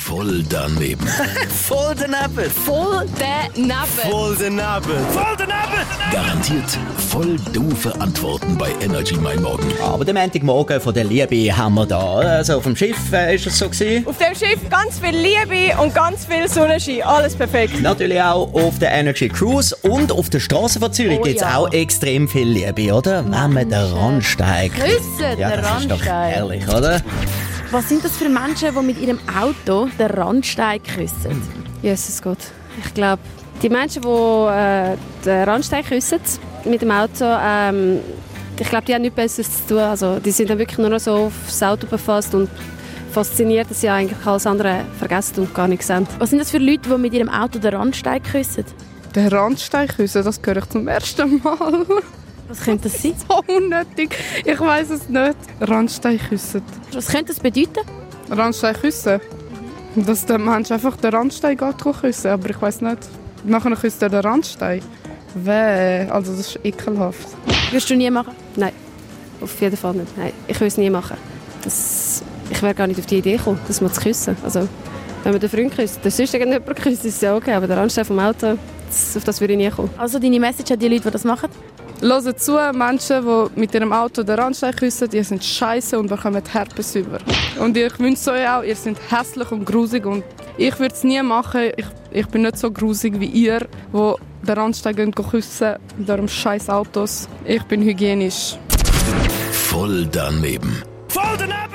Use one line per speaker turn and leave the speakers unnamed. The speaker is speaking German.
Voll daneben. voll daneben.
Voll daneben.
Voll daneben.
Voll daneben. Garantiert voll doofe Antworten bei Energy Mein Morgen.
Aber den Montagmorgen von der Liebe haben wir da. Also auf dem Schiff äh, ist es so gewesen.
Auf dem Schiff ganz viel Liebe und ganz viel Sonnenschein. Alles perfekt.
Natürlich auch auf der Energy Cruise und auf der Straße von Zürich
Oh
gibt's
ja.
auch extrem viel Liebe, oder? Wenn man den Randsteig.
Grüße,
Ja,
der
das ist doch
Randstein.
herrlich, oder?
Was sind das für Menschen, die mit ihrem Auto den Randsteig küssen? Jesus Gott. Ich glaube, die Menschen, die äh, den Randsteig küssen mit dem Auto, ähm, ich glaube, die haben nichts Besseres zu tun. Also, die sind dann wirklich nur noch so aufs Auto befasst und fasziniert, dass sie eigentlich alles andere vergessen und gar nicht sehen. Was sind das für Leute, die mit ihrem Auto den Randsteig küssen?
Der Randsteinküsse, das höre ich zum ersten Mal.
Was könnte das sein?
so unnötig. Ich weiß es nicht. Randsteinküsse.
Was könnte das bedeuten?
Randsteinküsse. Dass der Mensch einfach den Randstein geht küssen, aber ich weiß nicht. Nachher küsst er den Randstein. Weh, also das ist ekelhaft.
Würdest du nie machen? Nein, auf jeden Fall nicht. Nein, ich würde es nie machen. Das, ich wäre gar nicht auf die Idee gekommen, dass man zu küssen. Also, wenn man den Freund küsst, dann sonst irgendjemand küsst, ist es ja okay, aber der Randstein vom Auto, das, auf das würde ich nie kommen.
Also deine Message an die Leute, die das machen?
Hören zu, Menschen, die mit ihrem Auto den Randstein küssen, die sind scheiße und bekommen Herpes über. Und ich wünsche euch auch, ihr seid hässlich und grusig und ich würde es nie machen. Ich, ich bin nicht so grusig wie ihr, wo den Randstein gehen küssen, darum scheiß Autos. Ich bin hygienisch.
Voll daneben. Voll daneben.